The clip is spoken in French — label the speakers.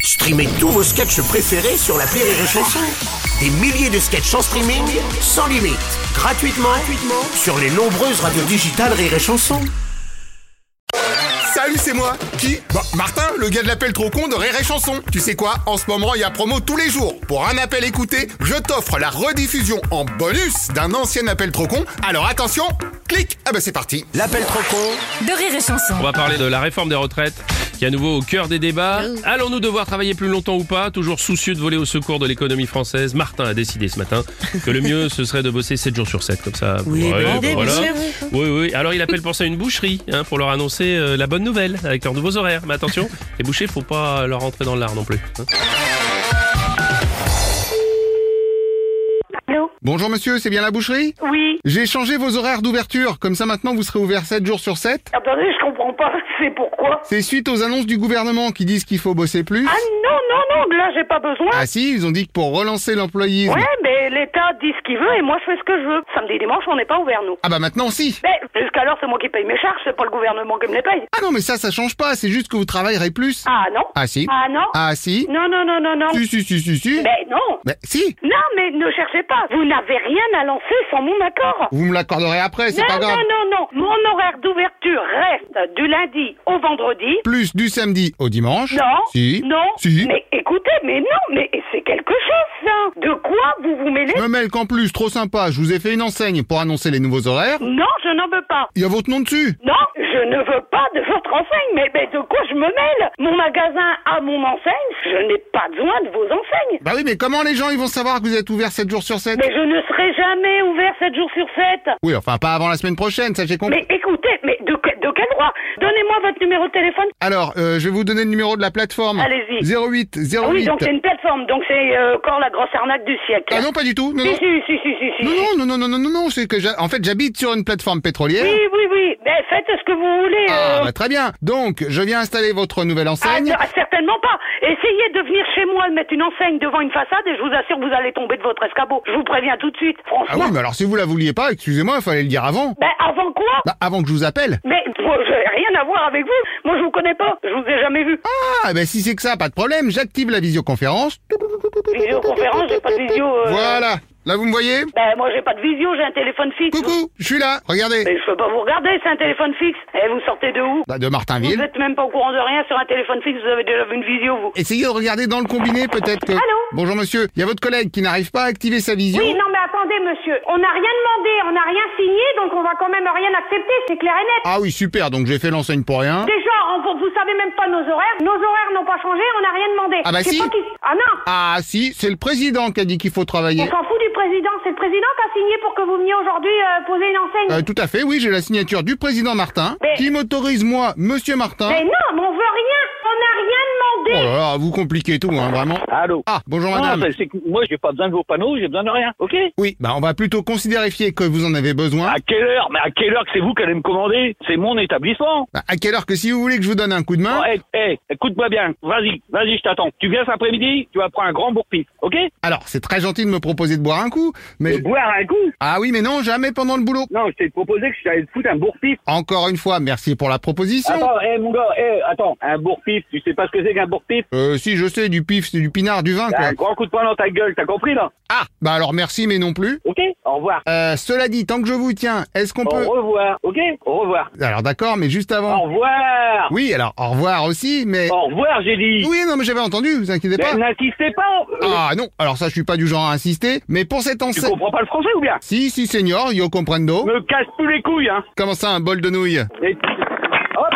Speaker 1: Streamez tous vos sketchs préférés sur la Rire et Chanson. Des milliers de sketchs en streaming, sans limite, gratuitement, gratuitement sur les nombreuses radios digitales Rire et Chanson.
Speaker 2: Salut, c'est moi. Qui Bah, Martin, le gars de l'appel trop con de Rire et Chanson. Tu sais quoi En ce moment, il y a promo tous les jours. Pour un appel écouté, je t'offre la rediffusion en bonus d'un ancien appel trop con. Alors attention, clique. Ah bah c'est parti.
Speaker 1: L'appel trop con
Speaker 3: de rire et chanson.
Speaker 4: On va parler de la réforme des retraites qui est à nouveau au cœur des débats. Allons-nous devoir travailler plus longtemps ou pas Toujours soucieux de voler au secours de l'économie française, Martin a décidé ce matin que le mieux ce serait de bosser 7 jours sur 7 comme ça. Oui, voilà. oui, oui. Alors il appelle pour ça une boucherie hein, pour leur annoncer euh, la bonne nouvelle avec leurs nouveaux horaires. Mais attention, les bouchers, faut pas leur rentrer dans l'art non plus. hein.
Speaker 5: Allô
Speaker 2: Bonjour monsieur, c'est bien la boucherie
Speaker 5: Oui.
Speaker 2: J'ai changé vos horaires d'ouverture. Comme ça maintenant, vous serez ouvert 7 jours sur 7.
Speaker 5: Attendez, je comprends pas. C'est pourquoi
Speaker 2: C'est suite aux annonces du gouvernement qui disent qu'il faut bosser plus.
Speaker 5: Ah non, non, non, là j'ai pas besoin.
Speaker 2: Ah si, ils ont dit que pour relancer l'employisme.
Speaker 5: Ouais, mais l'État dit ce qu'il veut et moi je fais ce que je veux. Samedi et dimanche, on n'est pas ouvert, nous.
Speaker 2: Ah bah maintenant si.
Speaker 5: Mais jusqu'alors, c'est moi qui paye mes charges, c'est pas le gouvernement qui me les paye.
Speaker 2: Ah non, mais ça, ça change pas. C'est juste que vous travaillerez plus.
Speaker 5: Ah non
Speaker 2: Ah si.
Speaker 5: Ah non
Speaker 2: Ah si.
Speaker 5: Non, non, non, non, non.
Speaker 2: Si, si, si, si, si.
Speaker 5: Mais non
Speaker 2: Bah, si.
Speaker 5: Non, mais ne cherchez pas. Vous n'avez rien à lancer sans mon accord.
Speaker 2: Vous me l'accorderez après, c'est
Speaker 5: Non,
Speaker 2: pas grave.
Speaker 5: non, non, non. Mon horaire d'ouverture reste du lundi au vendredi.
Speaker 2: Plus du samedi au dimanche.
Speaker 5: Non.
Speaker 2: Si.
Speaker 5: Non.
Speaker 2: Si.
Speaker 5: Mais écoutez, mais non, mais c'est quelque chose, ça. De quoi vous vous mêlez
Speaker 2: Je me mêle qu'en plus, trop sympa, je vous ai fait une enseigne pour annoncer les nouveaux horaires.
Speaker 5: Non, je n'en veux pas.
Speaker 2: Il y a votre nom dessus.
Speaker 5: Non, je ne veux pas de votre enseigne. Mais, mais de quoi je me mêle Mon magasin a mon enseigne. Je n'ai pas besoin de vos enseignes.
Speaker 2: Bah oui, mais comment les gens ils vont savoir que vous êtes ouvert 7 jours sur 7
Speaker 5: Mais je ne serai jamais ouvert 7 jours sur 7.
Speaker 2: Oui, enfin pas avant la semaine prochaine, ça j'ai compris.
Speaker 5: Mais écoutez, mais de, que- de quel droit Donnez-moi votre numéro de téléphone.
Speaker 2: Alors, euh, je vais vous donner le numéro de la plateforme.
Speaker 5: Allez-y.
Speaker 2: 08 08.
Speaker 5: Ah oui, donc c'est une plateforme. Donc c'est euh, encore la grosse arnaque du siècle.
Speaker 2: Ah non, pas du tout. Non,
Speaker 5: si,
Speaker 2: non.
Speaker 5: si, si, si, si, si.
Speaker 2: Non, non, non, non, non, non, non, c'est que j'a- en fait j'habite sur une plateforme pétrolière.
Speaker 5: Oui, oui, oui. Mais faites ce que vous voulez.
Speaker 2: Ah,
Speaker 5: euh,
Speaker 2: bah, très bien. Donc, je viens installer votre nouvelle enseigne.
Speaker 5: Ah, non, certainement pas. Essayez de venir chez moi mettre une enseigne devant une façade et je vous assure vous allez tomber de votre escabeau. Je vous préviens tout de suite,
Speaker 2: Ah
Speaker 5: franchement.
Speaker 2: oui, mais alors si vous la vouliez pas, excusez-moi, il fallait le dire avant.
Speaker 5: Ben avant quoi
Speaker 2: Bah, avant que je vous appelle.
Speaker 5: Mais moi, je n'ai rien à voir avec vous. Moi je vous connais pas. Je vous ai jamais vu.
Speaker 2: Ah, bah si c'est que ça, pas de problème, j'active la visioconférence.
Speaker 5: Visioconférence, j'ai pas de visio. euh,
Speaker 2: Voilà. Là, vous me voyez
Speaker 5: Ben moi j'ai pas de visio, j'ai un téléphone fixe.
Speaker 2: Coucou, je suis là, regardez.
Speaker 5: Mais je peux pas vous regarder, c'est un téléphone fixe. Et vous sortez de où
Speaker 2: Bah, de
Speaker 5: Vous
Speaker 2: Martinville.
Speaker 5: êtes même pas au courant de rien sur un téléphone fixe. Vous avez déjà vu une visio vous
Speaker 2: Essayez de regarder dans le combiné, peut-être que...
Speaker 6: Allô
Speaker 2: Bonjour monsieur, il y a votre collègue qui n'arrive pas à activer sa vision.
Speaker 6: Oui, non, mais attendez, monsieur. On n'a rien demandé, on n'a rien signé, donc on va quand même rien accepter, c'est clair et net.
Speaker 2: Ah oui, super, donc j'ai fait l'enseigne pour rien.
Speaker 6: Déjà, en- vous vous savez même pas nos horaires. Nos horaires n'ont pas changé, on n'a rien demandé.
Speaker 2: Ah bah
Speaker 6: Je sais
Speaker 2: si.
Speaker 6: pas qui- Ah non
Speaker 2: Ah si, c'est le président qui a dit qu'il faut
Speaker 6: On
Speaker 2: travailler.
Speaker 6: s'en fout du président, c'est le président qui a signé pour que vous veniez aujourd'hui euh, poser une enseigne.
Speaker 2: Euh, tout à fait, oui, j'ai la signature du président Martin,
Speaker 6: Mais-
Speaker 2: qui m'autorise moi, monsieur Martin.
Speaker 6: Mais non, mais on veut rien, on n'a rien demandé.
Speaker 2: Oh là là, vous compliquez tout, hein, vraiment.
Speaker 7: Allô
Speaker 2: Ah, bonjour
Speaker 7: Non,
Speaker 2: madame.
Speaker 7: c'est- c'est que moi, j'ai pas besoin de vos panneaux, j'ai besoin de rien, ok
Speaker 2: Oui, bah on va plutôt considérer que vous en avez besoin.
Speaker 7: À quelle heure Mais à quelle heure que c'est vous qui allez me commander C'est mon établissement
Speaker 2: Bah, à quelle heure que si vous voulez que je vous donne un coup de main
Speaker 7: Bon, hey, hey, écoute-moi bien, vas-y, vas-y, je t'attends. Tu viens cet après-midi, tu vas prendre un grand bourpif, ok
Speaker 2: Alors, c'est très gentil de me proposer de boire un coup, mais...
Speaker 7: Et boire un coup
Speaker 2: Ah oui, mais non, jamais pendant le boulot.
Speaker 7: Non, je t'ai proposé que je t'allais te foutre un bourpif.
Speaker 2: Encore une fois, merci pour la proposition.
Speaker 7: Attends, hé mon gars, hé, attends, un bourpif, tu sais pas ce que c'est qu'un bourpif
Speaker 2: Euh, si, je sais, du pif, c'est du pinard, du vin,
Speaker 7: T'as
Speaker 2: quoi.
Speaker 7: Un grand coup de poing dans ta gueule, t'as compris là
Speaker 2: Ah, bah alors merci, mais non plus.
Speaker 7: Ok Au revoir.
Speaker 2: Euh, cela dit, tant que je vous tiens, est-ce qu'on
Speaker 7: Au
Speaker 2: peut...
Speaker 7: revoir, ok Au revoir.
Speaker 2: Alors d'accord, mais juste avant...
Speaker 7: Au revoir
Speaker 2: Oui, alors au revoir aussi, mais...
Speaker 7: Au revoir, j'ai dit
Speaker 2: Oui, non, mais j'avais entendu, vous inquiétez
Speaker 7: Mais
Speaker 2: pas.
Speaker 7: N'insistez pas euh,
Speaker 2: Ah non, alors ça, je suis pas du genre à insister, mais pour cette
Speaker 7: Tu
Speaker 2: enseigne...
Speaker 7: comprends pas le français ou bien
Speaker 2: Si, si, senior, yo comprendo.
Speaker 7: Me casse plus les couilles, hein
Speaker 2: Comment ça, un bol de nouilles
Speaker 7: Et- Hop